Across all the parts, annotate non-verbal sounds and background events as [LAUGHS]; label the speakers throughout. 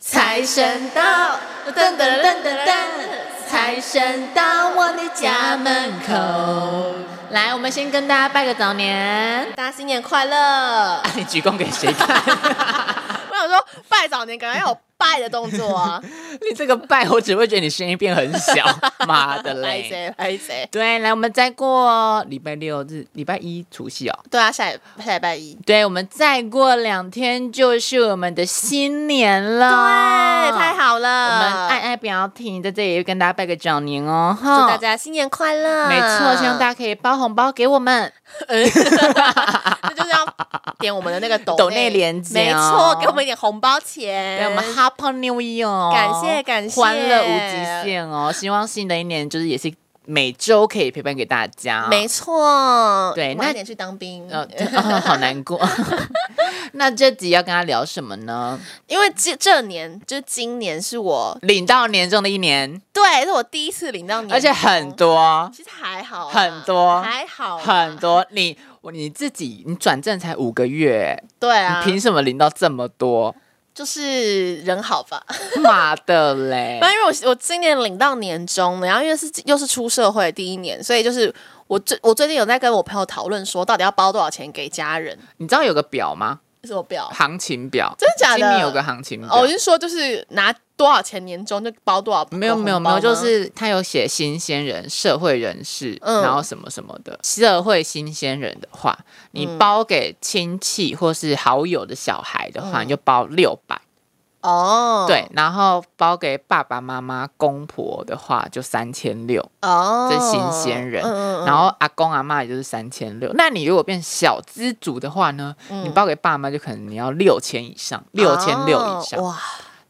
Speaker 1: 财神到，噔噔噔噔噔，财神到我的家门口。来，我们先跟大家拜个早年，
Speaker 2: 大家新年快乐！ [LAUGHS]
Speaker 3: [LAUGHS] 你鞠躬给谁看？
Speaker 2: 我想说拜早年，感觉要有拜的动
Speaker 3: [LAUGHS]
Speaker 2: 作啊！
Speaker 3: 你这个拜，我只会觉得你声音变很 [LAUGHS] 小。妈的
Speaker 2: 来
Speaker 3: 嘞！
Speaker 2: 谁来谁？
Speaker 3: 对，来，我们再过礼拜六日，礼拜一除夕哦。
Speaker 2: 对啊，下礼下礼拜一。
Speaker 3: 对，我们再过两天就是我们的新年了。
Speaker 2: 对，哦太。好
Speaker 3: 我
Speaker 2: 了！
Speaker 3: 们爱爱不要停，在这里跟大家拜个早年哦，
Speaker 2: 祝
Speaker 3: 哈
Speaker 2: 大。家新年快乐！
Speaker 3: 没错，希望大家可以包红包给我们。
Speaker 2: 那就是要点我们的
Speaker 3: [LAUGHS]
Speaker 2: 那个抖
Speaker 3: 抖内链接
Speaker 2: 没
Speaker 3: 哦
Speaker 2: 错，给我们一点红包
Speaker 3: 给
Speaker 2: 钱，
Speaker 3: 我们 Happy New Year，哦
Speaker 2: 呃感谢感谢
Speaker 3: 欢乐无极限哦！希望新的一年就是也是每周可以陪伴给大家。
Speaker 2: 没错，
Speaker 3: 对那
Speaker 2: 晚点去当兵。
Speaker 3: 呃， [LAUGHS] 好难过。那这集要跟他聊什么呢？
Speaker 2: 因为这这年就是今年是我
Speaker 3: 领到年终的一年，
Speaker 2: 对，是我第一次领到年，
Speaker 3: 而且很，多
Speaker 2: 其实还好啦，
Speaker 3: 很多
Speaker 2: 还好啦，
Speaker 3: 很多。你我你自己，你转正才五个月，
Speaker 2: 对啊，
Speaker 3: 你凭什么领到这么多？
Speaker 2: 就是人好吧。
Speaker 3: 妈的
Speaker 2: [LAUGHS]
Speaker 3: 嘞
Speaker 2: 反！正因为我我今年领到年终了，然后因为是又是出社会第一年，所以就是我最我最近有在跟我朋友讨论说，到底要包多少钱给家人？
Speaker 3: 你知道有个表吗？
Speaker 2: 什么表？
Speaker 3: 行情表，
Speaker 2: 真的假的
Speaker 3: 今年有个行情表。
Speaker 2: 哦，我是说就是拿多少钱年终就包多少红包吗，
Speaker 3: 没有没有没有，就是他有写新鲜人、社会人士，
Speaker 2: 嗯
Speaker 3: 然后什么什么的。社会新鲜人的话，你包给亲戚或是好友的小孩的话，
Speaker 2: 嗯
Speaker 3: 你就包六百、
Speaker 2: 哦，
Speaker 3: 对，然后包给爸爸妈妈、公婆的话就三千六，
Speaker 2: 哦，
Speaker 3: 这新鲜人
Speaker 2: 嗯
Speaker 3: 然后阿公阿妈也就是三千六。那你如果变小资族的话呢，
Speaker 2: 嗯
Speaker 3: 你包给爸妈就可能你要六千以上，六千六以上。
Speaker 2: 啊哦哇，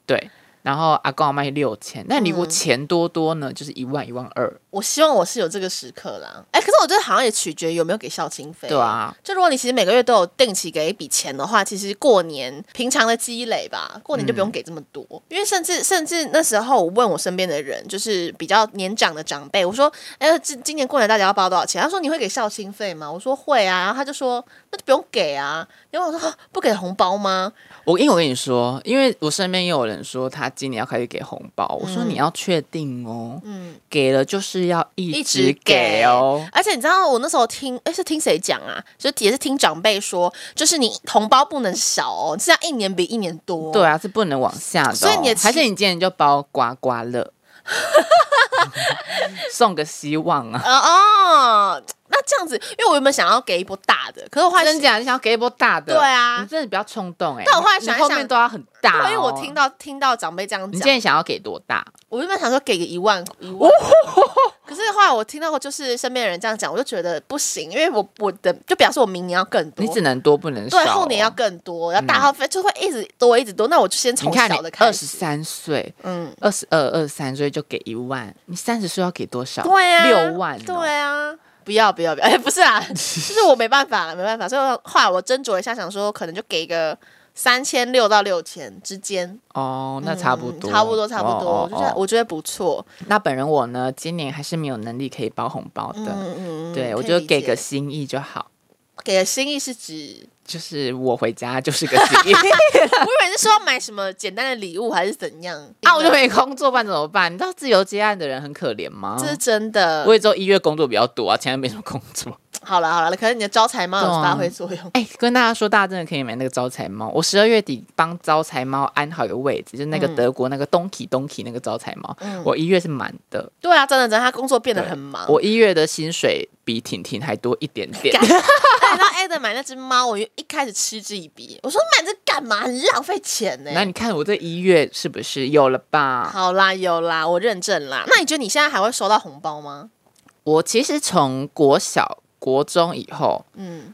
Speaker 3: 对，然后阿公阿妈六千，那你如果
Speaker 2: 嗯
Speaker 3: 钱多多呢，就是一万一万二，
Speaker 2: 我希望我是有这个时刻啦。哎、可是我觉得好像也取决于有没有给孝亲费。
Speaker 3: 对啊，
Speaker 2: 就如果你其实每个月都有定期给一笔钱的话，其实过年平常的积累吧，过年就不用给这么多。
Speaker 3: 嗯
Speaker 2: 因为甚至甚至那时候我问我身边的人，就是比较年长的长辈，我说：“哎、今今年过年大家要包多少钱？”他说：“你会给孝亲费吗？”我说：“会啊。”然后他就说：“那就不用给啊。”然后我说：“啊不给红包吗
Speaker 3: 我因为我跟你说，因为我身边也有人说他今年要开始给红包，我说你要确定哦？”，
Speaker 2: 嗯。
Speaker 3: 给了就是要一
Speaker 2: 一
Speaker 3: 直
Speaker 2: 直
Speaker 3: 给
Speaker 2: 给
Speaker 3: 哦。
Speaker 2: 而且你知道我那时候听，哎，是听谁讲啊？就也是听长辈说，就是你红包不能少哦，是要一年比一年多。
Speaker 3: 对，啊，是不能往下的哦、
Speaker 2: 所以你的
Speaker 3: 还是你今年就包刮刮乐， [LAUGHS] 送个希望啊！
Speaker 2: 呃哦，那这样子，因为我原本想要给一波大的， [LAUGHS] 可是我后来
Speaker 3: 真假？你想要给一波大的？
Speaker 2: 对啊
Speaker 3: 你真的不要冲动哎、
Speaker 2: 但我后来想一
Speaker 3: 你后面
Speaker 2: 想
Speaker 3: 都要很大、哦，
Speaker 2: 因为我听。到听到长辈这样
Speaker 3: 你今
Speaker 2: 讲，
Speaker 3: 年想要给多大？
Speaker 2: 我原本想说给个一万一
Speaker 3: 哦
Speaker 2: 万，可是后来我听到就是身边的人这样讲，我就觉得不行，因为我我的就表示我明年要更多，
Speaker 3: 你只能多不能少、哦嗯
Speaker 2: 对后年要。更多，要大耗费、就会一直多一直多，那我就先
Speaker 3: 你
Speaker 2: 从
Speaker 3: 看你
Speaker 2: 小的开
Speaker 3: 二
Speaker 2: 始，
Speaker 3: 十三岁，
Speaker 2: 嗯。
Speaker 3: 二十二、二十三岁就给一万，你三十岁要给多少？
Speaker 2: 对啊，
Speaker 3: 六万、哦
Speaker 2: 对。啊。不要不要不要！哎、 [LAUGHS] 不是啊，就是我没办法了，没办法。所以我后来我斟酌一下，想说可能就给个三千六到六千之间，
Speaker 3: 哦，那差不
Speaker 2: 嗯
Speaker 3: 多，
Speaker 2: 差不多差不多。
Speaker 3: 哦
Speaker 2: 我觉得、
Speaker 3: 哦哦
Speaker 2: 我觉得不错，
Speaker 3: 那本人我呢，今年还是没有能力可以包红包
Speaker 2: 嗯
Speaker 3: 的，
Speaker 2: 嗯嗯，
Speaker 3: 对我
Speaker 2: 可以
Speaker 3: 就
Speaker 2: 理
Speaker 3: 给
Speaker 2: 解
Speaker 3: 个心意就好。
Speaker 2: 给的心意是指，
Speaker 3: 就是我回家就是个
Speaker 2: [LAUGHS]
Speaker 3: 心意
Speaker 2: 我以为是说要买什么简单的礼物还是怎 [LAUGHS] 样
Speaker 3: 啊，我就，没工作，不然怎么办？你知道自由接案的人很可怜吗？
Speaker 2: 这是真的
Speaker 3: 我。也只有一月工作比较多啊，前面没什么工
Speaker 2: [LAUGHS]
Speaker 3: 作。
Speaker 2: 好了好了，可能你的招财猫有
Speaker 3: 对啊
Speaker 2: 发挥作用。
Speaker 3: 哎、跟大家说，大家真的可以买那个招财猫。我十二月底帮招财猫安好一个位置，就是那个
Speaker 2: 嗯
Speaker 3: 德国那个东体东体那个招财猫，
Speaker 2: 嗯
Speaker 3: 我一月是满的。
Speaker 2: 对啊，真的真的，他工作变得
Speaker 3: 对
Speaker 2: 很忙。
Speaker 3: 我一月的薪水比婷婷还多一点点
Speaker 2: 干。看到 Adam 买那只猫，我一开始嗤之以鼻，我说买这干嘛？很浪费钱呢、
Speaker 3: 那你看我这一月是不是有了吧？
Speaker 2: 好啦，有啦，我认证啦。那你觉得你现在还会收到红包吗？
Speaker 3: 我其实从国小、国中以后，
Speaker 2: 嗯，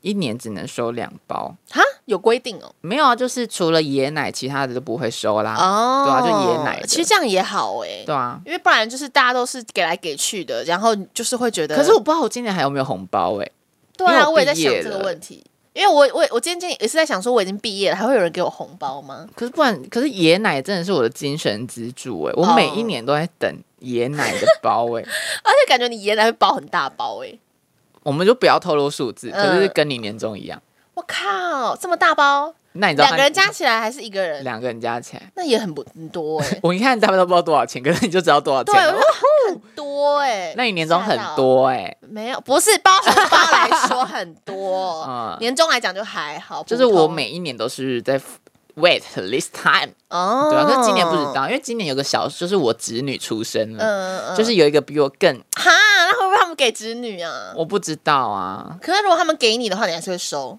Speaker 3: 一年只能收两包。
Speaker 2: 哈，有规定哦。
Speaker 3: 没有啊，就是除了爷奶，其他的都不会收啦。
Speaker 2: 哦，
Speaker 3: 对啊就爷奶的
Speaker 2: 其实这样也好哎、
Speaker 3: 对啊，
Speaker 2: 因为不然就是大家都是给来给去的，然后就是会觉得。
Speaker 3: 可是我不知道我今年还有没有红包哎、
Speaker 2: 对
Speaker 3: 因为
Speaker 2: 啊，
Speaker 3: 我
Speaker 2: 我也在
Speaker 3: 毕
Speaker 2: 想
Speaker 3: 业
Speaker 2: 这个
Speaker 3: 了
Speaker 2: 问题，因为我我我今天也是在想说我已经毕业了，还会有人给我红包吗？
Speaker 3: 可是不然，可是爷奶真的是我的精神支柱哎、我
Speaker 2: 哦
Speaker 3: 每一年都在等爷奶的包
Speaker 2: [LAUGHS]
Speaker 3: 哎、
Speaker 2: 而且感觉你爷奶会包很大包哎、
Speaker 3: 我们就不要透露数字，
Speaker 2: 嗯
Speaker 3: 可是跟你年终一样。
Speaker 2: 我靠，这么大包，
Speaker 3: 那你知道
Speaker 2: 两
Speaker 3: 他
Speaker 2: 个人加起来还是一个人，
Speaker 3: 两个人加起来，。
Speaker 2: 那也很不很多哎、
Speaker 3: [LAUGHS]
Speaker 2: 欸
Speaker 3: 我一看他们都不知道多少钱，可是你就知道多少
Speaker 2: 对，
Speaker 3: 钱
Speaker 2: 我
Speaker 3: 了
Speaker 2: 说。很多哎、
Speaker 3: 那你年终很
Speaker 2: 吓到
Speaker 3: 多哎、
Speaker 2: 没有，不是包红包来说很
Speaker 3: [LAUGHS]
Speaker 2: 多，
Speaker 3: 嗯
Speaker 2: 年终来讲就还好，
Speaker 3: 就是
Speaker 2: 普
Speaker 3: 我
Speaker 2: 通
Speaker 3: 每一年都是在 wait this time，
Speaker 2: 哦，
Speaker 3: 对啊，可是今年不知，道，因为今年有个小，就是我侄女出生了，
Speaker 2: 嗯嗯，
Speaker 3: 就是有一个比我更，
Speaker 2: 哈，那会不会他们给侄女啊？
Speaker 3: 我不知道啊，
Speaker 2: 可是如果他们给你的话，你还是会收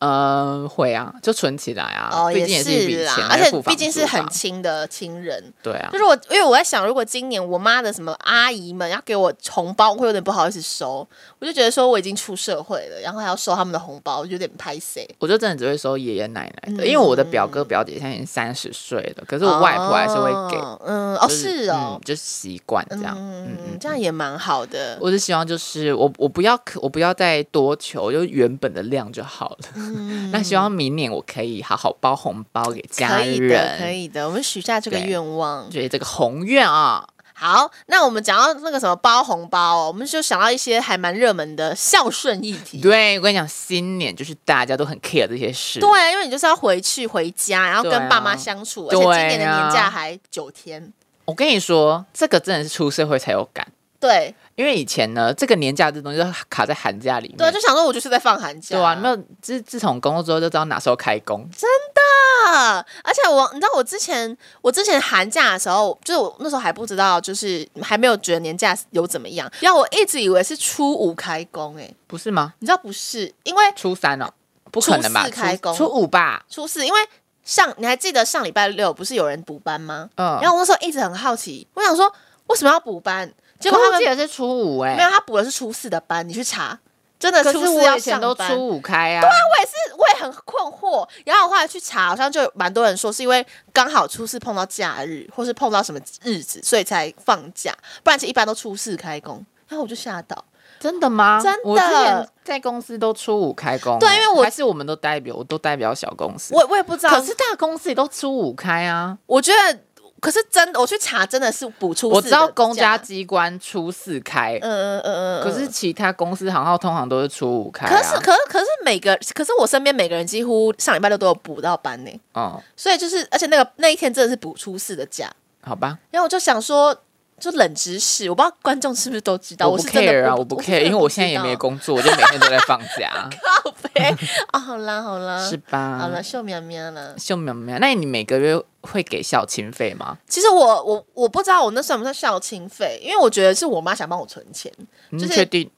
Speaker 3: 呃，会啊，就存起来啊，
Speaker 2: 哦，
Speaker 3: 毕竟是一笔
Speaker 2: 是
Speaker 3: 钱
Speaker 2: 啦，，
Speaker 3: 还
Speaker 2: 而
Speaker 3: 要
Speaker 2: 且
Speaker 3: 付
Speaker 2: 毕
Speaker 3: 房
Speaker 2: 竟
Speaker 3: 租
Speaker 2: 是
Speaker 3: 吧
Speaker 2: 很亲的亲人。
Speaker 3: 对
Speaker 2: [LAUGHS]
Speaker 3: 啊
Speaker 2: 就，是我，因为我在想，如果今年我妈的什么阿姨们要给我红包，我会有点不好意思收。我就觉得说我已经出社会了，然后还要收他们的红包，我就有点拍谁。
Speaker 3: 我就真的只会收爷爷奶奶的，
Speaker 2: 嗯
Speaker 3: 因为我的表哥表姐现在已经三十岁了，可是我外婆还是会给，
Speaker 2: 哦嗯，哦，
Speaker 3: 就是
Speaker 2: 是哦
Speaker 3: 嗯，，就是习惯这样，嗯
Speaker 2: 嗯，
Speaker 3: 嗯。
Speaker 2: 这样也蛮好的。
Speaker 3: 我是希望就是我我不要可我不要再多求，就原本的量就好了。 [LAUGHS] 那希望明年我可以好好包红包给家
Speaker 2: 嗯可以的，可
Speaker 3: 人，
Speaker 2: 以的，我们许下这个
Speaker 3: 对
Speaker 2: 愿望。
Speaker 3: 所以这个宏愿啊，
Speaker 2: 好，那我们讲到那个什么包红包哦、我们就想到一些还蛮热门的孝顺议题。
Speaker 3: 对我跟你讲，新年就是大家都很 care 这些事，
Speaker 2: 对啊，因为你就是要回去回家，然后
Speaker 3: 对啊
Speaker 2: 跟爸妈相处，而且
Speaker 3: 对啊
Speaker 2: 今年的年假还九天。
Speaker 3: 我跟你说，这个真的是出社会才有感，
Speaker 2: 对
Speaker 3: 因为以前呢，这个年假这东西都卡在寒假里面。
Speaker 2: 对啊，就想说我就是在放寒假。
Speaker 3: 对啊，没有自自从工作之后就知道哪时候开工。
Speaker 2: 啊！而且我，你知道我之前，我之前寒假的时候，就是我那时候还不知道，就是还没有觉得年假有怎么样，然后我一直以为是初五开工、欸，哎，
Speaker 3: 不是吗？
Speaker 2: 你知道不是，因为
Speaker 3: 初三哦，不可能吧？
Speaker 2: 初四开工
Speaker 3: 初初五吧？
Speaker 2: 初四，因为上你还记得上礼拜六不是有人补班吗？
Speaker 3: 嗯，
Speaker 2: 然后我那时候一直很好奇，我想说为什么要补班？结
Speaker 3: 结
Speaker 2: 果
Speaker 3: 果
Speaker 2: 他
Speaker 3: 他
Speaker 2: 们
Speaker 3: 记得是初五哎、
Speaker 2: 没有，他补的是初四的班，你去查，真的
Speaker 3: 可
Speaker 2: 初
Speaker 3: 是
Speaker 2: 四
Speaker 3: 我
Speaker 2: 要
Speaker 3: 以前
Speaker 2: 上
Speaker 3: 都
Speaker 2: 班。
Speaker 3: 初五开啊。
Speaker 2: 我也是，我也很困惑。然后我后来去查，好像就有蛮多人说是因为刚好初四碰到假日，或是碰到什么日子，所以才放假，不然其实一般都初四开工。然后我就吓到，
Speaker 3: 真的吗？
Speaker 2: 真的
Speaker 3: 我之前在公司都初五开工欸、
Speaker 2: 对因为我
Speaker 3: 还是我们都代表，我都代表小公司。
Speaker 2: 我我也不知道。
Speaker 3: 可是大公司也都初五开啊。
Speaker 2: 我觉得，可是真的，我去查真的是补初四的
Speaker 3: 我知道公家
Speaker 2: 假，
Speaker 3: 机关初四开，
Speaker 2: 嗯嗯嗯嗯，嗯
Speaker 3: 可是其他公司行号通常都是初五开、啊。
Speaker 2: 可是，可是，可是每个，可是我身边每个人几乎上礼拜六都有补到班呢、
Speaker 3: 哦，
Speaker 2: 所以就是，而且那个那一天真的是补初四的假，
Speaker 3: 好吧，
Speaker 2: 然后我就想说，就冷知识，我不知道观众是不是都知道，
Speaker 3: 我不
Speaker 2: 是真的
Speaker 3: care 啊，我不
Speaker 2: 不
Speaker 3: care，因为我现在也没工作，我就每天都在放
Speaker 2: [LAUGHS]
Speaker 3: 假，
Speaker 2: 告白啊，好啦好啦，
Speaker 3: 是吧？
Speaker 2: 好了，秀喵喵了。
Speaker 3: 秀苗苗，那你每个月会给孝亲费吗？
Speaker 2: 其实我我我不知道我那算不算孝亲费，因为我觉得是我妈想帮我存钱。
Speaker 3: 你
Speaker 2: 就是
Speaker 3: 确
Speaker 2: [LAUGHS]
Speaker 3: 定？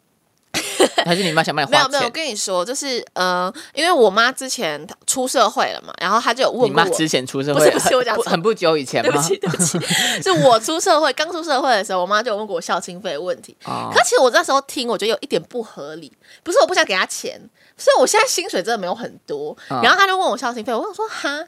Speaker 3: 还是你妈想帮你
Speaker 2: 没有
Speaker 3: 花
Speaker 2: 没有，我
Speaker 3: 钱？
Speaker 2: 跟你说，就是呃，因为我妈之前出社会了嘛，然后她就有问
Speaker 3: 你
Speaker 2: 过
Speaker 3: 妈
Speaker 2: 我，
Speaker 3: 之前出社
Speaker 2: 不
Speaker 3: 会
Speaker 2: 是不是我讲
Speaker 3: 很不
Speaker 2: 错
Speaker 3: 很不久以前
Speaker 2: 对不
Speaker 3: 吗？
Speaker 2: 起，对不起，
Speaker 3: [LAUGHS]
Speaker 2: 是我出社会刚出社会的时候，我妈就有问过我孝亲费的问题。
Speaker 3: [LAUGHS] 哦
Speaker 2: 可其实我那时候听，我觉得有一点不合理，不是我不想给她钱，所以我现在薪水真的没有很多。
Speaker 3: 嗯
Speaker 2: 然后她就问我孝亲费，我想说哈。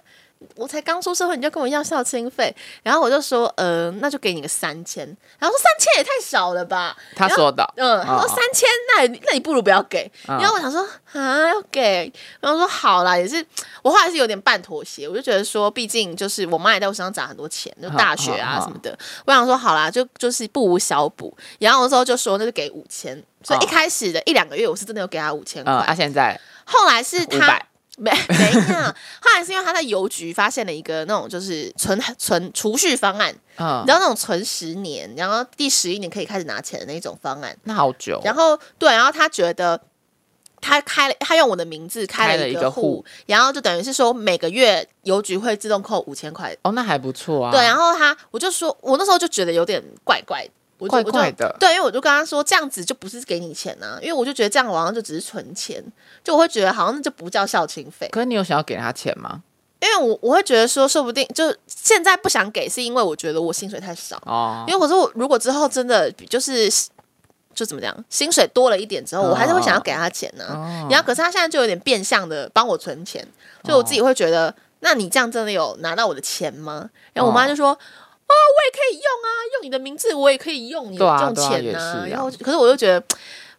Speaker 2: 我才刚出社会，你就跟我要孝亲费，然后我就说，呃，那就给你个三千。然后说三千也太少了吧？
Speaker 3: 她说的，
Speaker 2: 嗯，他说
Speaker 3: 哦
Speaker 2: 三千，那你那你不如不要给。
Speaker 3: 嗯
Speaker 2: 然后我想说啊，要给，然后说好啦，也是我后来是有点半妥协，我就觉得说，毕竟就是我妈也在我身上砸很多钱，就
Speaker 3: 好
Speaker 2: 大学啊
Speaker 3: 好好
Speaker 2: 什么的，我想说好啦，就就是不无小补。然后我之后就说那就给五千，所以一
Speaker 3: 哦
Speaker 2: 开始的一两个月我是真的有给她五千
Speaker 3: 嗯，
Speaker 2: 块，
Speaker 3: 啊，现在
Speaker 2: 后来是
Speaker 3: 五
Speaker 2: 他
Speaker 3: 百，
Speaker 2: 没没有，后来是因为他在邮局发现了一个那种就是存存储蓄方案，
Speaker 3: 嗯
Speaker 2: 你知，道那种存十年，然后第十一年可以开始拿钱的那种方案。
Speaker 3: 那好久哦，
Speaker 2: 然后对，然后他觉得他开了，他用我的名字开
Speaker 3: 开
Speaker 2: 了
Speaker 3: 了
Speaker 2: 一
Speaker 3: 一
Speaker 2: 个
Speaker 3: 个
Speaker 2: 户
Speaker 3: 户，
Speaker 2: 然后就等于是说每个月邮局会自动扣五千块。
Speaker 3: 哦，那还不错啊。
Speaker 2: 对，然后他我就说，我那时候就觉得有点怪怪的。我就
Speaker 3: 怪
Speaker 2: 我
Speaker 3: 怪
Speaker 2: 就
Speaker 3: 的
Speaker 2: 对，因为我就跟他说这样子就不是给你钱啊，因为我就觉得这样我好像就只是存钱，就我会觉得好像那就不叫孝亲费，
Speaker 3: 可是你有想要给他钱吗？
Speaker 2: 因为我我会觉得说说不定就现在不想给是因为我觉得我薪水太少，
Speaker 3: 哦
Speaker 2: 因，为我说我如果之后真的就是就怎么讲，薪水多了一点之后，我还是会想要给他钱呢、
Speaker 3: 哦
Speaker 2: 然后可是他现在就有点变相的帮我存钱，所以我自己
Speaker 3: 哦
Speaker 2: 会觉得，那你这样真的有拿到我的钱吗？然后我妈就说。哦，我也可以用啊，用你的名字，我也可以用你、
Speaker 3: 对啊
Speaker 2: 用
Speaker 3: 对啊
Speaker 2: 钱
Speaker 3: 也是啊
Speaker 2: 然后我就可是我又觉得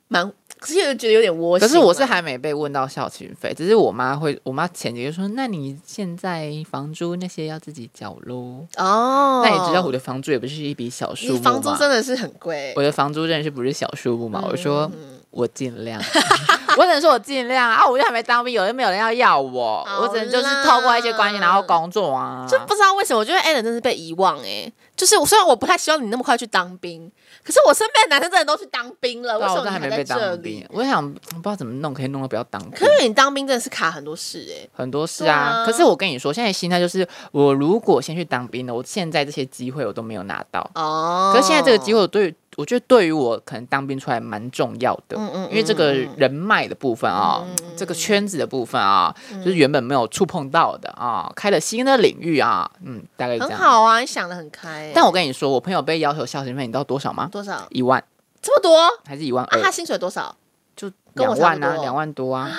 Speaker 2: 蛮，可是又觉得有点窝心
Speaker 3: 可
Speaker 2: 啊。
Speaker 3: 是我是还没被问到孝亲费，只是我妈会，我妈前几个月说，那你现在房租那些要自己缴喽。
Speaker 2: 哦，
Speaker 3: 那你知道我的房租也不是一笔小数
Speaker 2: 你
Speaker 3: 目
Speaker 2: 房租
Speaker 3: 吗？
Speaker 2: 真的是很贵
Speaker 3: 我。的房租真的是不是小数目嘛？我说我尽量， [LAUGHS] 我只能说我尽量啊！我又还没当兵，有又没有人要要我，
Speaker 2: 好
Speaker 3: 我只能就是透过一些关系，
Speaker 2: 哦啦
Speaker 3: 然后工作啊。
Speaker 2: 就不知道为什么，我觉得 Alan 真是被遗忘哎、就是我虽然我不太希望你那么快去当兵，可是我身边的男生真的都去当兵了，为
Speaker 3: 对啊
Speaker 2: 什
Speaker 3: 我
Speaker 2: 么
Speaker 3: 都
Speaker 2: 你
Speaker 3: 还没
Speaker 2: 在
Speaker 3: 被
Speaker 2: 这
Speaker 3: 当
Speaker 2: 里
Speaker 3: 兵？，我想不知道怎么弄，可以弄到不要当兵。
Speaker 2: 可是你当兵真的是卡很多事哎、
Speaker 3: 很多事
Speaker 2: 对
Speaker 3: 啊，
Speaker 2: 啊
Speaker 3: 可是我跟你说，现在心态就是，我如果先去当兵了，我现在这些机会我都没有拿到。
Speaker 2: 哦，
Speaker 3: 可是现在这个机会，对于我觉得对于我可能当兵出来蛮重要的，
Speaker 2: 嗯嗯
Speaker 3: 因为这个人脉的部分啊、这个圈子的部分啊、就是原本没有触碰到的啊、开了新的领域啊，嗯，大概是这
Speaker 2: 很
Speaker 3: 样。
Speaker 2: 好啊，你想的很开、欸。
Speaker 3: 但我跟你说，我朋友被要求孝心费，你知道多少吗？
Speaker 2: 多少？
Speaker 3: 一万
Speaker 2: 这么多啊？
Speaker 3: 还是一万二、
Speaker 2: 他薪水多少
Speaker 3: 就
Speaker 2: 跟
Speaker 3: 两
Speaker 2: 我差
Speaker 3: 万
Speaker 2: 不
Speaker 3: 啊，
Speaker 2: 多
Speaker 3: 两万多啊，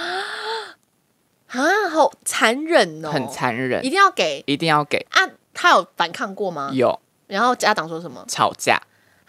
Speaker 2: 啊？好残忍哦，
Speaker 3: 很，残忍
Speaker 2: 一，定要给
Speaker 3: 一定要给。
Speaker 2: 啊！他有反抗过吗？
Speaker 3: 有
Speaker 2: 然后家长说什么
Speaker 3: 吵架，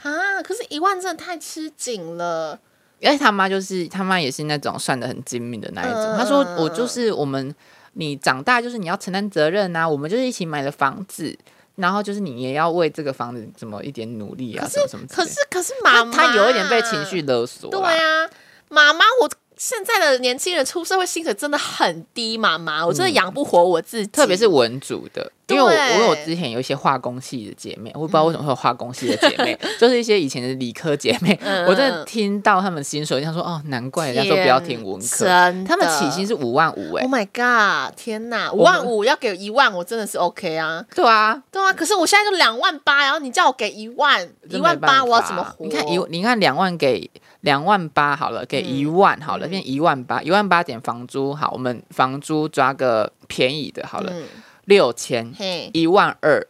Speaker 2: 啊？可是一万真的太吃紧了。
Speaker 3: 而且他妈就是他妈也是那种算的很精明的那一种。
Speaker 2: 嗯
Speaker 3: 他说我就是我们，你长大就是你要承担责任啊，我们就是一起买了房子，然后就是你也要为这个房子怎么一点努力啊，
Speaker 2: 可
Speaker 3: 什么什么之
Speaker 2: 可
Speaker 3: 类的。
Speaker 2: 是可是
Speaker 3: 他
Speaker 2: 妈妈，
Speaker 3: 他有一点被情绪勒索
Speaker 2: 对
Speaker 3: 啦，
Speaker 2: 啊，妈妈，我现在的年轻人出社会薪水真的很低，妈妈，我真的养不活我自己，
Speaker 3: 嗯特别是文组的，因为我
Speaker 2: 对嗯
Speaker 3: 我有之前有一些化工系的姐妹，我不知道为什么会有化工系的姐
Speaker 2: [LAUGHS]
Speaker 3: 妹，就是一些以前的理科姐妹，
Speaker 2: 嗯
Speaker 3: 我真的听到她们薪水，我就想说哦，难怪人家说不要听文科，
Speaker 2: 真的
Speaker 3: 她们起薪。是五万五哎、
Speaker 2: Oh my god！天哪，五万五要给一万，我真的是 OK 啊。
Speaker 3: 对啊，
Speaker 2: 对啊，可是我现在就两万八，然后你叫我给一万，
Speaker 3: 这
Speaker 2: 一
Speaker 3: 没
Speaker 2: 万
Speaker 3: 办
Speaker 2: 八
Speaker 3: 法
Speaker 2: 我要怎么活？
Speaker 3: 你
Speaker 2: 嗯
Speaker 3: 看一，你看两万给两万八好了，给一万好了，变一万八，一万八减房租好，我们房租抓个便宜的好了，
Speaker 2: 嗯，
Speaker 3: 六千、
Speaker 2: 嘿，
Speaker 3: 一万二，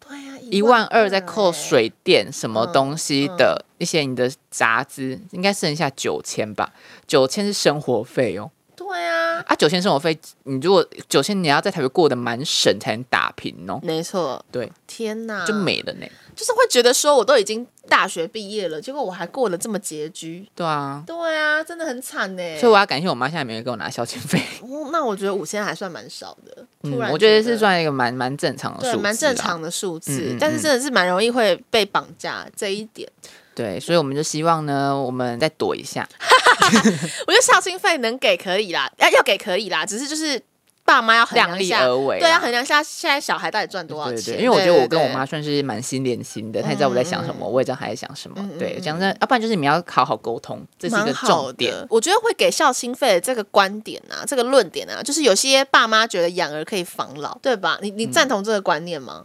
Speaker 2: 对啊，
Speaker 3: 一万二再扣，水电什
Speaker 2: 嗯
Speaker 3: 么东西的、一些你的杂支，应该剩下九千吧，九千是生活费哦。
Speaker 2: 对啊，
Speaker 3: 啊，九千生活费，你如果九千你要在台北过得蛮省才能打平哦，
Speaker 2: 没错，
Speaker 3: 对，
Speaker 2: 天哪，
Speaker 3: 就没了呢。
Speaker 2: 就是会觉得说我都已经大学毕业了，结果我还过得这么拮据，
Speaker 3: 对啊，
Speaker 2: 对啊，真的很惨呢。
Speaker 3: 所以我要感谢我妈，现在没有给我拿孝亲费。
Speaker 2: 哦那我觉得五千还算蛮少的，
Speaker 3: 嗯
Speaker 2: 突然、，
Speaker 3: 我觉得是。算一个蛮蛮正常的数
Speaker 2: 对，
Speaker 3: 字，啊
Speaker 2: 蛮正。常的数字，
Speaker 3: 嗯嗯嗯
Speaker 2: 但是真的是蛮容易会被绑架这一点。
Speaker 3: 对，所以我们就希望呢，我们再躲一下。
Speaker 2: 我觉得孝心费能给可以啦，要要给可以啦，只是就是爸妈要衡量一下，
Speaker 3: 量力而为啦
Speaker 2: 对，要衡量一下现在小孩到底赚多少
Speaker 3: 对
Speaker 2: 钱。
Speaker 3: 对，因为我觉得我跟我妈
Speaker 2: 对，嗯
Speaker 3: 算是蛮心连心的，她也知道我在想什么，我也知道她在想什么。对，讲真，要不然就是你们要好好沟通，这是
Speaker 2: 对
Speaker 3: 一个
Speaker 2: 嗯蛮好
Speaker 3: 重点
Speaker 2: 的。我觉得会给孝心费的这个观点啊，这个论点啊，就是有些爸妈觉得养儿可以防老，对吧？你你
Speaker 3: 嗯
Speaker 2: 赞同这个观念吗？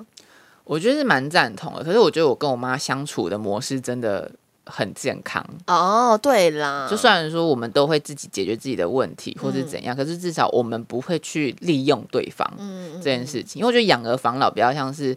Speaker 3: 我觉得是蛮赞同的，可是我觉得我跟我妈相处的模式真的很健康。
Speaker 2: 哦，对啦，
Speaker 3: 就虽然说我们都会自己解决自己的问题，或是
Speaker 2: 嗯
Speaker 3: 怎样，可是至少我们不会去利用对方
Speaker 2: 嗯
Speaker 3: 这件事情。因为我觉得养儿防老比较像是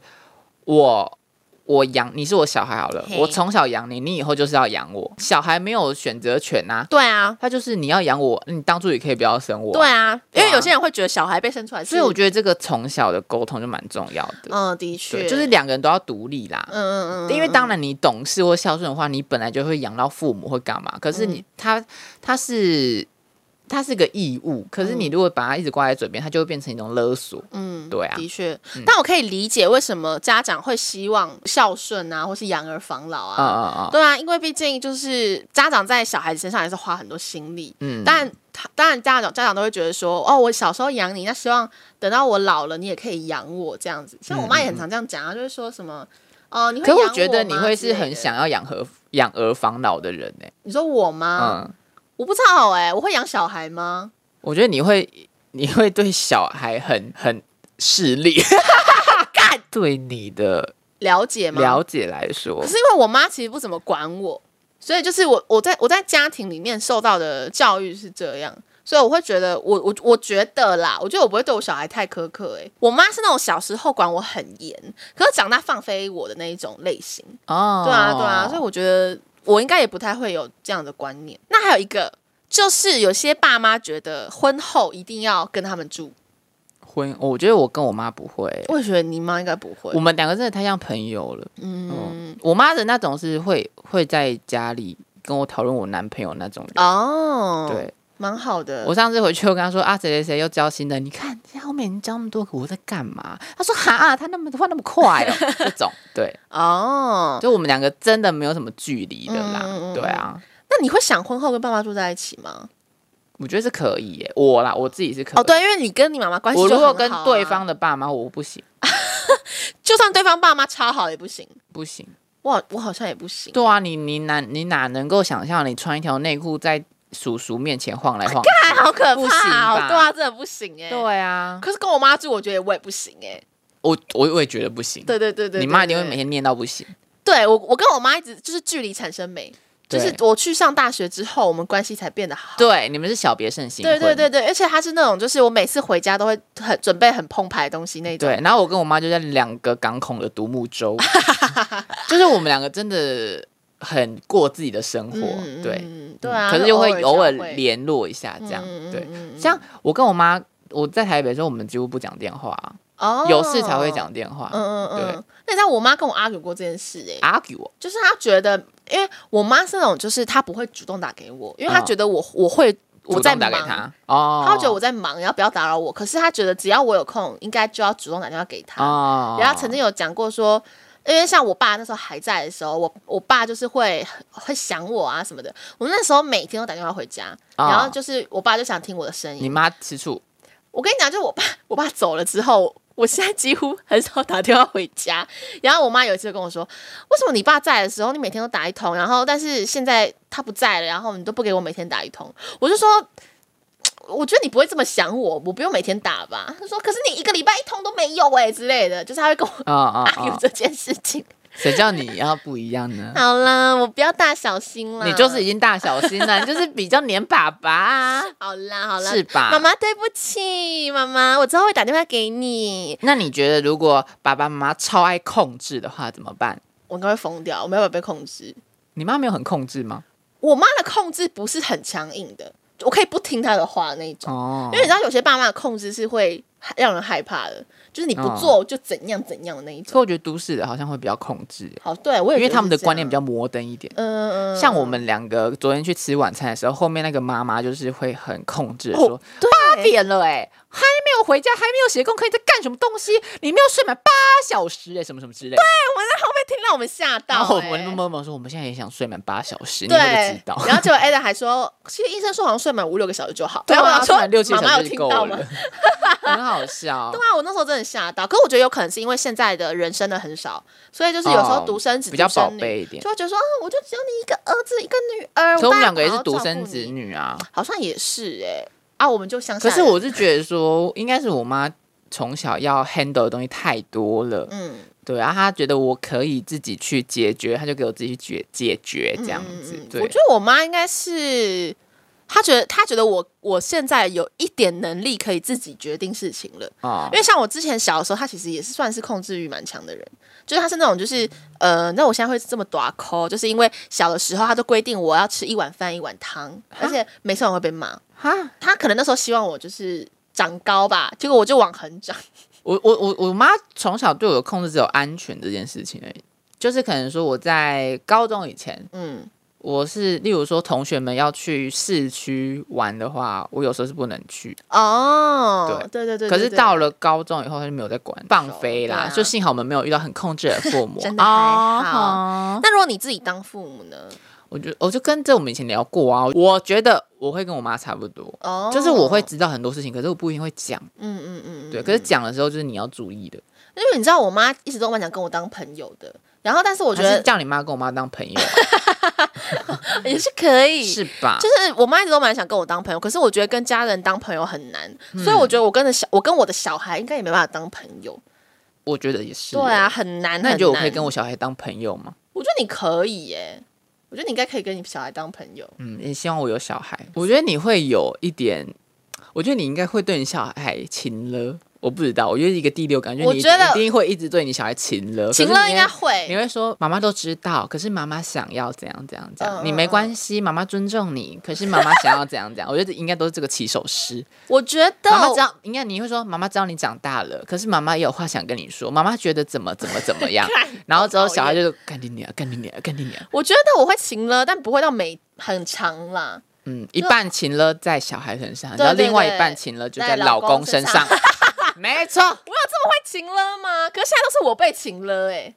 Speaker 3: 我我养你是我小孩好了，
Speaker 2: 嘿
Speaker 3: 我从小养你，你以后就是要养我。小孩没有选择权呐、
Speaker 2: 对啊，
Speaker 3: 他就是你要养我，你当初也可以不要生我。
Speaker 2: 对，啊，
Speaker 3: 对
Speaker 2: 因
Speaker 3: 啊
Speaker 2: 为有些人会觉得小孩被生出来是，
Speaker 3: 所以我觉得这个从小的沟通就蛮重要的。
Speaker 2: 嗯，的确，
Speaker 3: 对，就是两个人都要独立啦。
Speaker 2: 嗯嗯嗯，
Speaker 3: 因为当然你懂事或孝顺的话，你本来就会养到父母会干嘛？可是
Speaker 2: 嗯
Speaker 3: 你、他他是他是个义务，可是你如果把它一直挂在嘴边，它就会变成一种勒索。
Speaker 2: 嗯，
Speaker 3: 对啊
Speaker 2: 的确，但我可以理解为什么家长会希望孝顺啊，或是养儿防老
Speaker 3: 啊
Speaker 2: 啊。
Speaker 3: 啊啊！
Speaker 2: 对啊，因为毕竟就是家长在小孩子身上也是花很多心力，
Speaker 3: 嗯，
Speaker 2: 但他当然家长家长都会觉得说，哦，我小时候养你，那希望等到我老了你也可以养我这样子。像我妈也很常这样讲啊，就是说什么，哦，你
Speaker 3: 嗯
Speaker 2: 会
Speaker 3: 可
Speaker 2: 养
Speaker 3: 我
Speaker 2: 我
Speaker 3: 觉得你
Speaker 2: 吗
Speaker 3: 会是
Speaker 2: 之类
Speaker 3: 很
Speaker 2: 的，
Speaker 3: 想要养儿养儿防老的人呢、欸
Speaker 2: 你说我吗？
Speaker 3: 嗯，
Speaker 2: 我不知道哎，我会养小孩吗？
Speaker 3: 我觉得你会你会对小孩很很势利， [LAUGHS] 对你的
Speaker 2: 了解吗？
Speaker 3: 了解来说
Speaker 2: 可，是因为我妈其实不怎么管我，所以就是我我在我在家庭里面受到的教育是这样，所以我会觉得我我我觉得啦，我觉得我不会对我小孩太苛刻、欸。我妈是那种小时候管我很严，可是长大放飞我的那一种类型。
Speaker 3: 哦，
Speaker 2: 对啊，对啊，所以我觉得我应该也不太会有这样的观念。那还有一个就是有些爸妈觉得婚后一定要跟他们住，
Speaker 3: 婚，我觉得我跟我妈不会、
Speaker 2: 我也觉得你妈应该不会
Speaker 3: 我。们两个真的太像朋友了。嗯，我妈的那种是会会在家里跟我讨论我男朋友那种人。
Speaker 2: 哦，，
Speaker 3: 对，
Speaker 2: 蛮好的。
Speaker 3: 我上次回去我跟她说啊，谁谁谁又交新的，你看现在后面已经交那么多个，我在干嘛？她说哈、啊，她那么换那么快哦，这种对，
Speaker 2: [LAUGHS] 哦，
Speaker 3: 就我们两个真的没有什么距离的啦
Speaker 2: 嗯嗯嗯，
Speaker 3: 对啊，
Speaker 2: 那你会想婚后跟爸妈住在一起吗？
Speaker 3: 我觉得是可以耶，我啦，我自己是可以。
Speaker 2: 哦，，对，因为你跟你妈妈关系、
Speaker 3: 我如果
Speaker 2: 啊
Speaker 3: 跟对，方的爸妈，我不行，
Speaker 2: 就算对方爸妈超好也不行，
Speaker 3: 不行。
Speaker 2: 我好我好像也不行。
Speaker 3: 对啊，你你哪你哪能够想象你穿一条内裤在叔叔面前晃来晃去？
Speaker 2: 哎，好可
Speaker 3: 不行
Speaker 2: 怕哦！
Speaker 3: 吧
Speaker 2: 对啊，真的不行哎。，
Speaker 3: 对啊，
Speaker 2: 可是跟我妈住，我觉得我也不行哎。
Speaker 3: 我我我也觉得不行。
Speaker 2: 对对对对，
Speaker 3: 你妈一
Speaker 2: 对
Speaker 3: 定会每。天念到不行。
Speaker 2: 对对我，我跟我妈一直就是距离产生美，就是
Speaker 3: 对
Speaker 2: 我去上大学之后，我们关系才变得好。
Speaker 3: 对，你们是小别胜新
Speaker 2: 对
Speaker 3: 婚。
Speaker 2: 对对对，而且她是那种，就是我每次回家都会很准备很澎湃的东西那种。
Speaker 3: 对，然后我跟我妈就在两个港口的独木
Speaker 2: [LAUGHS]
Speaker 3: 舟，就是我们两个真的很过自己的生活，
Speaker 2: 嗯，
Speaker 3: 对，
Speaker 2: 嗯对啊。
Speaker 3: 可是又会偶尔
Speaker 2: 就会
Speaker 3: 联络一下这样，
Speaker 2: 嗯嗯嗯
Speaker 3: 对
Speaker 2: 嗯，
Speaker 3: 像我跟我妈。我在台北的时候，我们几乎不讲电话啊、
Speaker 2: 哦
Speaker 3: 有事才会。讲电话。
Speaker 2: 嗯嗯
Speaker 3: 对
Speaker 2: 嗯。那你知道我妈跟我 argue 过这件事哎、
Speaker 3: argue 我
Speaker 2: 就是她觉得，因为我妈是那种，就是她不会主动打给我，因为她
Speaker 3: 嗯
Speaker 2: 觉得我、我会我
Speaker 3: 主
Speaker 2: 在
Speaker 3: 动
Speaker 2: 忙
Speaker 3: 打给，他哦，
Speaker 2: 她会觉得我在忙，然后不要打扰我。可是她觉得只要我有空，应该就要主动打电话给她。
Speaker 3: 哦，
Speaker 2: 然后曾经有讲过说。因为像我爸那时候还在的时候，我我爸就是会会想我啊什么的。我那时候每天都打电话回家，
Speaker 3: 哦
Speaker 2: 然后就是我爸就想听我的声音
Speaker 3: 你。妈吃醋，
Speaker 2: 我跟你讲，就是我爸，我爸走了之后，我现在几乎很少打电话回家。然后我妈有一次就跟我说，为什么你爸在的时候，你每天都打一通，然后但是现在他不在了，然后你都不给我每天打一通？我就说，我觉得你不会这么想我，我不用每天打吧？他说，可是你一个礼拜一通都没有哎、之类的，就是他会跟我
Speaker 3: 啊啊
Speaker 2: argue
Speaker 3: 啊！
Speaker 2: 这件事情。
Speaker 3: 谁叫你要不一样呢？
Speaker 2: [LAUGHS] 好啦，我不要大小心啦，
Speaker 3: 你就是已经大小心了，你就是比较黏爸爸啊，
Speaker 2: 好啦好啦，
Speaker 3: 是吧？
Speaker 2: 妈妈对不起，妈妈，我之后会打电话给你。
Speaker 3: 那你觉得，如果爸爸妈妈超爱控制的话，怎么办？
Speaker 2: 我应该会疯掉，我没有办法被控制。
Speaker 3: 你妈没有很控制吗？
Speaker 2: 我妈的控制不是很强硬的，我可以不听她的话那一种。
Speaker 3: 哦
Speaker 2: 因为你知道，有些爸妈的控制是会让人害怕的，就是你不
Speaker 3: 哦
Speaker 2: 做就怎样怎样的那一
Speaker 3: 所以
Speaker 2: 种。
Speaker 3: 我觉得都市的好像会比较控制，
Speaker 2: 好，对我也
Speaker 3: 因为他们的观念比
Speaker 2: 较，
Speaker 3: 较摩登一点。
Speaker 2: 嗯嗯，
Speaker 3: 像我们两个昨天去吃晚餐的时候，后面那个妈妈就是会很控制地说，
Speaker 2: 哦对
Speaker 3: 八点了哎、还没有回家，还没有写功课，你在干什么东西？你没有睡满八小时哎、什么什么之类的。
Speaker 2: 后面听到我们吓到、
Speaker 3: 然后我
Speaker 2: 欸
Speaker 3: 们默默说，我们现在也想睡满八小时，你会不会
Speaker 2: 对
Speaker 3: 知，道？
Speaker 2: 然后结果 Ada 还说，其实医生说好像睡满五六个小时就好。
Speaker 3: 对 [LAUGHS]
Speaker 2: 然后
Speaker 3: 啊，
Speaker 2: 我
Speaker 3: 睡
Speaker 2: 说
Speaker 3: 满六七个
Speaker 2: 妈妈
Speaker 3: 小
Speaker 2: 有
Speaker 3: 时就
Speaker 2: 听
Speaker 3: 够
Speaker 2: 到
Speaker 3: 了
Speaker 2: 吗？，
Speaker 3: [LAUGHS] 很好笑
Speaker 2: [LAUGHS] 对。啊，我那时候真的吓到。可是我觉得有可能是因为现在的人生的很少，所以就是有时候
Speaker 3: 哦
Speaker 2: 独生子、
Speaker 3: 比较
Speaker 2: 独生
Speaker 3: 宝
Speaker 2: 女
Speaker 3: 贝一点
Speaker 2: 就会觉得说啊，我就只有你一个儿子，一个女儿，
Speaker 3: 所以我们
Speaker 2: 当然
Speaker 3: 两个也
Speaker 2: 哎好
Speaker 3: 是
Speaker 2: 好
Speaker 3: 独
Speaker 2: 照
Speaker 3: 生
Speaker 2: 顾
Speaker 3: 子
Speaker 2: 你，
Speaker 3: 女啊。
Speaker 2: 好像也是哎、啊，我们就乡下
Speaker 3: 可
Speaker 2: 人。
Speaker 3: 是我是觉得说，应该是我妈从小要 handle 的东西太多了，
Speaker 2: 嗯，
Speaker 3: 对，然后她觉得我可以自己去解决，她就给我自己去解解决这样子，
Speaker 2: 嗯嗯
Speaker 3: 对
Speaker 2: 我觉得我妈应该是。她觉得，她觉得我我现在有一点能力可以自己决定事情了，
Speaker 3: 啊
Speaker 2: 因为像我之前小的时候，她其实也是算是控制欲蛮强的人，就是她是那种就是呃，那我现在会这么短抠，就是因为小的时候她都规定我要吃一碗饭一碗汤，
Speaker 3: 啊
Speaker 2: 而且每次我会被骂，
Speaker 3: 哈，
Speaker 2: 她可能那时候希望我就是长高吧，结果我就往横长，
Speaker 3: 我我我我妈从小对我的控制只有安全这件事情而已，就是可能说我在高中以前，
Speaker 2: 嗯，
Speaker 3: 我是例如说同学们要去市区玩的话，我有时候是不能去，
Speaker 2: 哦，对对对对
Speaker 3: 可是到
Speaker 2: 了
Speaker 3: 了高中以后，他就没有再管放飞啦，
Speaker 2: 对啊，
Speaker 3: 就幸好我们没有遇到很控制的父母
Speaker 2: [LAUGHS] 真的还
Speaker 3: 哦
Speaker 2: 好那如果你自己当父母呢？
Speaker 3: 我就我就跟这我们以前聊过啊，我觉得我会跟我妈差不多，
Speaker 2: 哦，
Speaker 3: 就是我会，知道很多事情，可是我不一定会讲，
Speaker 2: 嗯嗯嗯，嗯
Speaker 3: 对，可是讲的时候就是你要注意的，
Speaker 2: 因为你知道我妈一直都蛮想跟我当朋友的，然后但是我
Speaker 3: 我
Speaker 2: 觉得
Speaker 3: 叫你妈跟我妈当朋友啊
Speaker 2: [LAUGHS] 也是可以，
Speaker 3: 是 [LAUGHS] 吧？
Speaker 2: 就是我妈一直都蛮想跟我当朋友，可是我觉得跟家人当朋友很难，
Speaker 3: 嗯
Speaker 2: 所以我觉得我跟着小我跟我的小孩应该也没办法当朋友，
Speaker 3: 我觉得也是，
Speaker 2: 对啊，。很难。
Speaker 3: 那你觉得我可以
Speaker 2: 很难
Speaker 3: 跟我？小孩当朋友吗？
Speaker 2: 我觉得你可以耶，我觉得你应该可以跟你小孩当朋友。
Speaker 3: 嗯，也希望我有小孩。我觉得你会有一点，我觉得你应该会对你小孩亲了。我不知道，我觉得一个第六感，就
Speaker 2: 我
Speaker 3: 你
Speaker 2: 觉得
Speaker 3: 一定会一直对你小孩亲了。
Speaker 2: 晴
Speaker 3: 可是
Speaker 2: 乐
Speaker 3: 你
Speaker 2: 应该
Speaker 3: 你
Speaker 2: 会，
Speaker 3: 会说妈妈都知道，可是妈妈想要怎样怎样怎样，
Speaker 2: 嗯
Speaker 3: 你没关系，妈妈尊重你。可是妈妈想要怎样怎样，我觉得应该都是这个起手
Speaker 2: [LAUGHS]
Speaker 3: 式。
Speaker 2: 我觉得
Speaker 3: 妈妈知道，应该你会说妈妈知道你长大了，可是妈妈也有话想跟你说，妈妈觉得怎么怎么怎
Speaker 2: [LAUGHS]
Speaker 3: 么样
Speaker 2: 看，
Speaker 3: 然后之后小
Speaker 2: 好
Speaker 3: 孩
Speaker 2: 讨
Speaker 3: 就干你娘，干你娘，干你娘。
Speaker 2: 我觉得我会晴了，但不会到每很长啦。
Speaker 3: 嗯，一半情了在小孩身上，
Speaker 2: 对
Speaker 3: 然后
Speaker 2: 对
Speaker 3: 另外一
Speaker 2: 对
Speaker 3: 半情了就
Speaker 2: 在
Speaker 3: 在老
Speaker 2: 老公
Speaker 3: 公
Speaker 2: 身
Speaker 3: 身上。 [LAUGHS] 没错，
Speaker 2: 我有这么会晴了吗？可是现在都是我被晴了哎、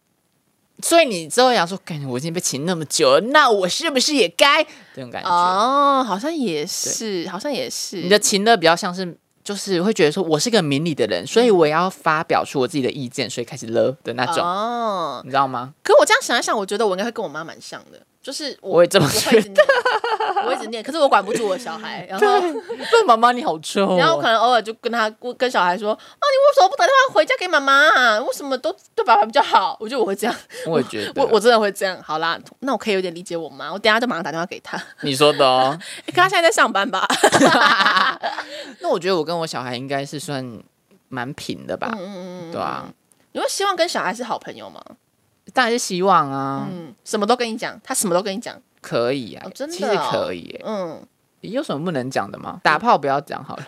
Speaker 3: 所以你之后想说，感觉我已经被请那么久了，那我是不是也该这种感觉？
Speaker 2: 哦，好像也是，好像也是。
Speaker 3: 你的情乐比较像是，就是会觉得说我是个明理的人，所以我也要发表出我自己的意见，所以开始了的那种，
Speaker 2: 哦，
Speaker 3: 你知道吗？
Speaker 2: 可我这样想一想，我觉得我应该会跟我妈蛮像的，就是我
Speaker 3: 我也这么
Speaker 2: 我会一直念，我一直念，可是我管不住我小孩，然后。
Speaker 3: 对，妈妈你好臭、哦。
Speaker 2: [LAUGHS] 然后我可能偶尔就跟他跟小孩说：“啊，你为什么不打电话回家给妈妈、啊？为什么都对爸爸比较好？”我觉得我会这样，
Speaker 3: 我也觉得，
Speaker 2: 我我真的会这样。好啦，那我可以有点理解我妈，我等一下就马上打电话给她。
Speaker 3: 你说的哦。
Speaker 2: 欸、可她现在在上班吧？ [LAUGHS]
Speaker 3: 那我觉得我跟我小孩应该是算蛮平的吧，
Speaker 2: 嗯
Speaker 3: 对啊，
Speaker 2: 你会希望跟小孩是好朋友吗？
Speaker 3: 当然是希望啊，
Speaker 2: 嗯，什么都跟你讲，他什么都跟你讲。
Speaker 3: 可以啊，
Speaker 2: 哦真的
Speaker 3: 其实
Speaker 2: 哦
Speaker 3: 可以、欸，
Speaker 2: 嗯， [LAUGHS]
Speaker 3: 有什么不能讲的吗？打炮不要讲好了。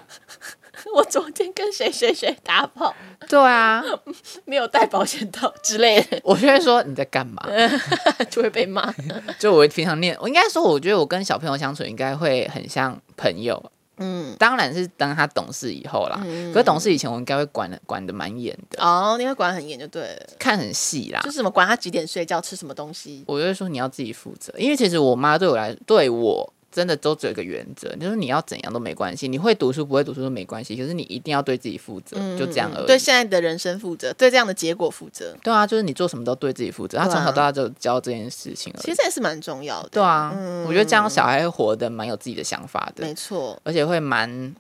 Speaker 2: 我昨天跟谁谁谁打炮，
Speaker 3: 对啊，
Speaker 2: 没有带保险套之类的， [LAUGHS]
Speaker 3: 我就会说你在干嘛？ [LAUGHS]
Speaker 2: 就会被骂。
Speaker 3: 就我平常念，我应该说，我觉得我跟小朋友相处应该会很像朋友。
Speaker 2: 嗯，
Speaker 3: 当然是当他懂事以后啦，可是懂事以前我应该会管得管的蛮严的，
Speaker 2: 哦，你会管很严就对了，
Speaker 3: 看很细啦
Speaker 2: 就。是什么管他几点睡觉，吃什么东西。
Speaker 3: 我就会说你要自己负责，因为其实我妈对我来对我真的都只有一个原则，就是你要怎样都没关系，你会读书不会读书都没关系，可是你一定要对自己负责，就这样而已。
Speaker 2: 嗯对现在的人生负责，对这样的结果负责，
Speaker 3: 对啊，就是你做什么都对自己负责。他
Speaker 2: 对啊
Speaker 3: 从小到大就教这件事情而
Speaker 2: 其
Speaker 3: 已。
Speaker 2: 实这也是蛮重要的。
Speaker 3: 对啊，我觉得这样小孩会活得蛮有自己的想法
Speaker 2: 没
Speaker 3: 的，
Speaker 2: 错，
Speaker 3: 而且会蛮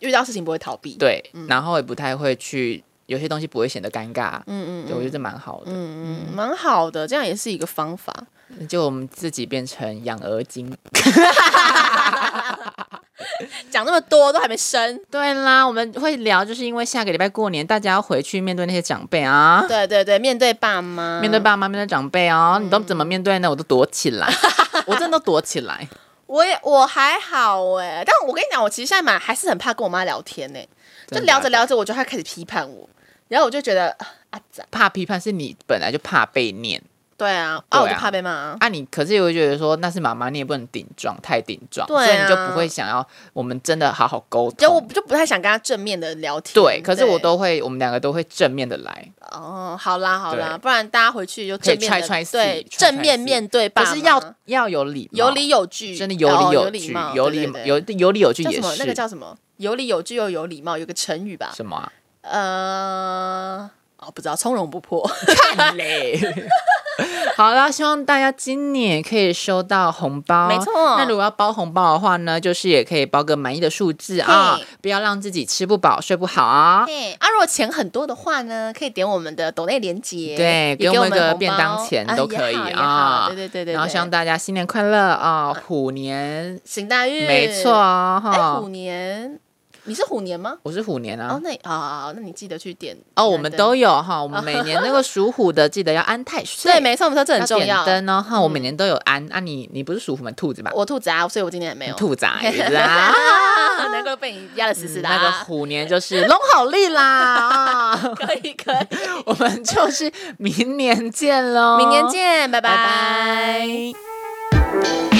Speaker 2: 遇到事情不会逃避。，
Speaker 3: 对，然后也不太会去有些东西不会显得尴尬。
Speaker 2: 嗯嗯
Speaker 3: 对，我觉得这蛮好的。
Speaker 2: 嗯，蛮好的，这样也是一个方法。
Speaker 3: 就我们自己变成养儿精。
Speaker 2: 讲那么多都还没生，
Speaker 3: 对啦，我们会聊，就是因为下个礼拜过年，大家要回去面对那些长辈啊。
Speaker 2: 对对对，面对爸妈，
Speaker 3: 面对，爸妈，面对长辈哦，你都怎么面对呢？我都躲起 [LAUGHS] 来，我真的都躲起来。
Speaker 2: 我也我还好哎、但我跟你讲，我其实现在蛮还是很怕跟我妈聊天呢、欸就
Speaker 3: 真的啊
Speaker 2: 聊
Speaker 3: 假
Speaker 2: 着
Speaker 3: 的
Speaker 2: 聊着，我就她开始批判我，然后我就觉得啊啊咋？
Speaker 3: 怕批判是你本来就怕被念，
Speaker 2: 对啊，
Speaker 3: 对
Speaker 2: 啊
Speaker 3: 啊
Speaker 2: 我就怕被骂、啊。
Speaker 3: 啊，你可是也会觉得说那是妈妈，你也不能顶撞，太顶撞，
Speaker 2: 对啊
Speaker 3: 所以你就不会想要我们真的好好沟
Speaker 2: 就我
Speaker 3: 通。
Speaker 2: 就不嗯太想跟她正面的聊天，
Speaker 3: 对，可是我都会，我们两个都会正面的来，
Speaker 2: 哦，好啦好啦，
Speaker 3: 对
Speaker 2: 不然大家回去就
Speaker 3: 可以
Speaker 2: 正面地
Speaker 3: 踹踹戏
Speaker 2: 对
Speaker 3: 踹踹
Speaker 2: 正面
Speaker 3: 戏
Speaker 2: 面对爸
Speaker 3: 可
Speaker 2: 妈，
Speaker 3: 是要要有礼貌，
Speaker 2: 有理有据，
Speaker 3: 真的
Speaker 2: 哦
Speaker 3: 有理
Speaker 2: 有
Speaker 3: 据，
Speaker 2: 貌
Speaker 3: 有
Speaker 2: 对
Speaker 3: 理
Speaker 2: 对对
Speaker 3: 有有理有据
Speaker 2: 叫
Speaker 3: 也
Speaker 2: 什么？
Speaker 3: 是
Speaker 2: 那个叫什么？有理有据又有礼貌，有个成语吧？
Speaker 3: 什么啊？
Speaker 2: 呃，哦，不知道，从容
Speaker 3: [LAUGHS]
Speaker 2: 不迫。
Speaker 3: 看
Speaker 2: [LAUGHS]
Speaker 3: 嘞。好啦，希望大家今年也可以收到红包，
Speaker 2: 没错
Speaker 3: 那如果要包红包的话呢，就是也可以包个满意的数字啊
Speaker 2: 嘿，
Speaker 3: 不要让自己吃不饱睡不好啊。
Speaker 2: 对，啊，如果钱很多的话呢，可以点我们的抖内连接，
Speaker 3: 对
Speaker 2: 也
Speaker 3: 给我们一
Speaker 2: 给
Speaker 3: 个
Speaker 2: 红包
Speaker 3: 便当钱
Speaker 2: 啊
Speaker 3: 都
Speaker 2: 也
Speaker 3: 可以
Speaker 2: 好也
Speaker 3: 啊
Speaker 2: 好对对对对，
Speaker 3: 然后
Speaker 2: 对
Speaker 3: 希望大家新年快乐啊，虎年，
Speaker 2: 行大运，
Speaker 3: 没错哦
Speaker 2: 哎，虎
Speaker 3: 哈。
Speaker 2: 年，你是虎年吗？
Speaker 3: 我是虎年
Speaker 2: 哦
Speaker 3: 啊，，
Speaker 2: 那啊，那你记得去点
Speaker 3: 哦，我们
Speaker 2: 点灯
Speaker 3: 都有哈，我们每年那个属虎的记得要安太岁，
Speaker 2: 对，没错没错，这很
Speaker 3: 要
Speaker 2: 重要
Speaker 3: 点。灯哦哈，我每年都有安。啊，你你不是属虎吗？兔子吧？
Speaker 2: 我兔子啊，所以我今天也没有。
Speaker 3: 兔仔 [LAUGHS] 啦。
Speaker 2: 啊，难怪被你压的死死的、
Speaker 3: 嗯那个
Speaker 2: 啊。
Speaker 3: 虎年就是龙好利啦 [LAUGHS] 啊！
Speaker 2: [LAUGHS] 可以可以，
Speaker 3: 我们就是明年见喽，
Speaker 2: 明年，见，拜
Speaker 3: 哦拜
Speaker 2: 拜
Speaker 3: 拜。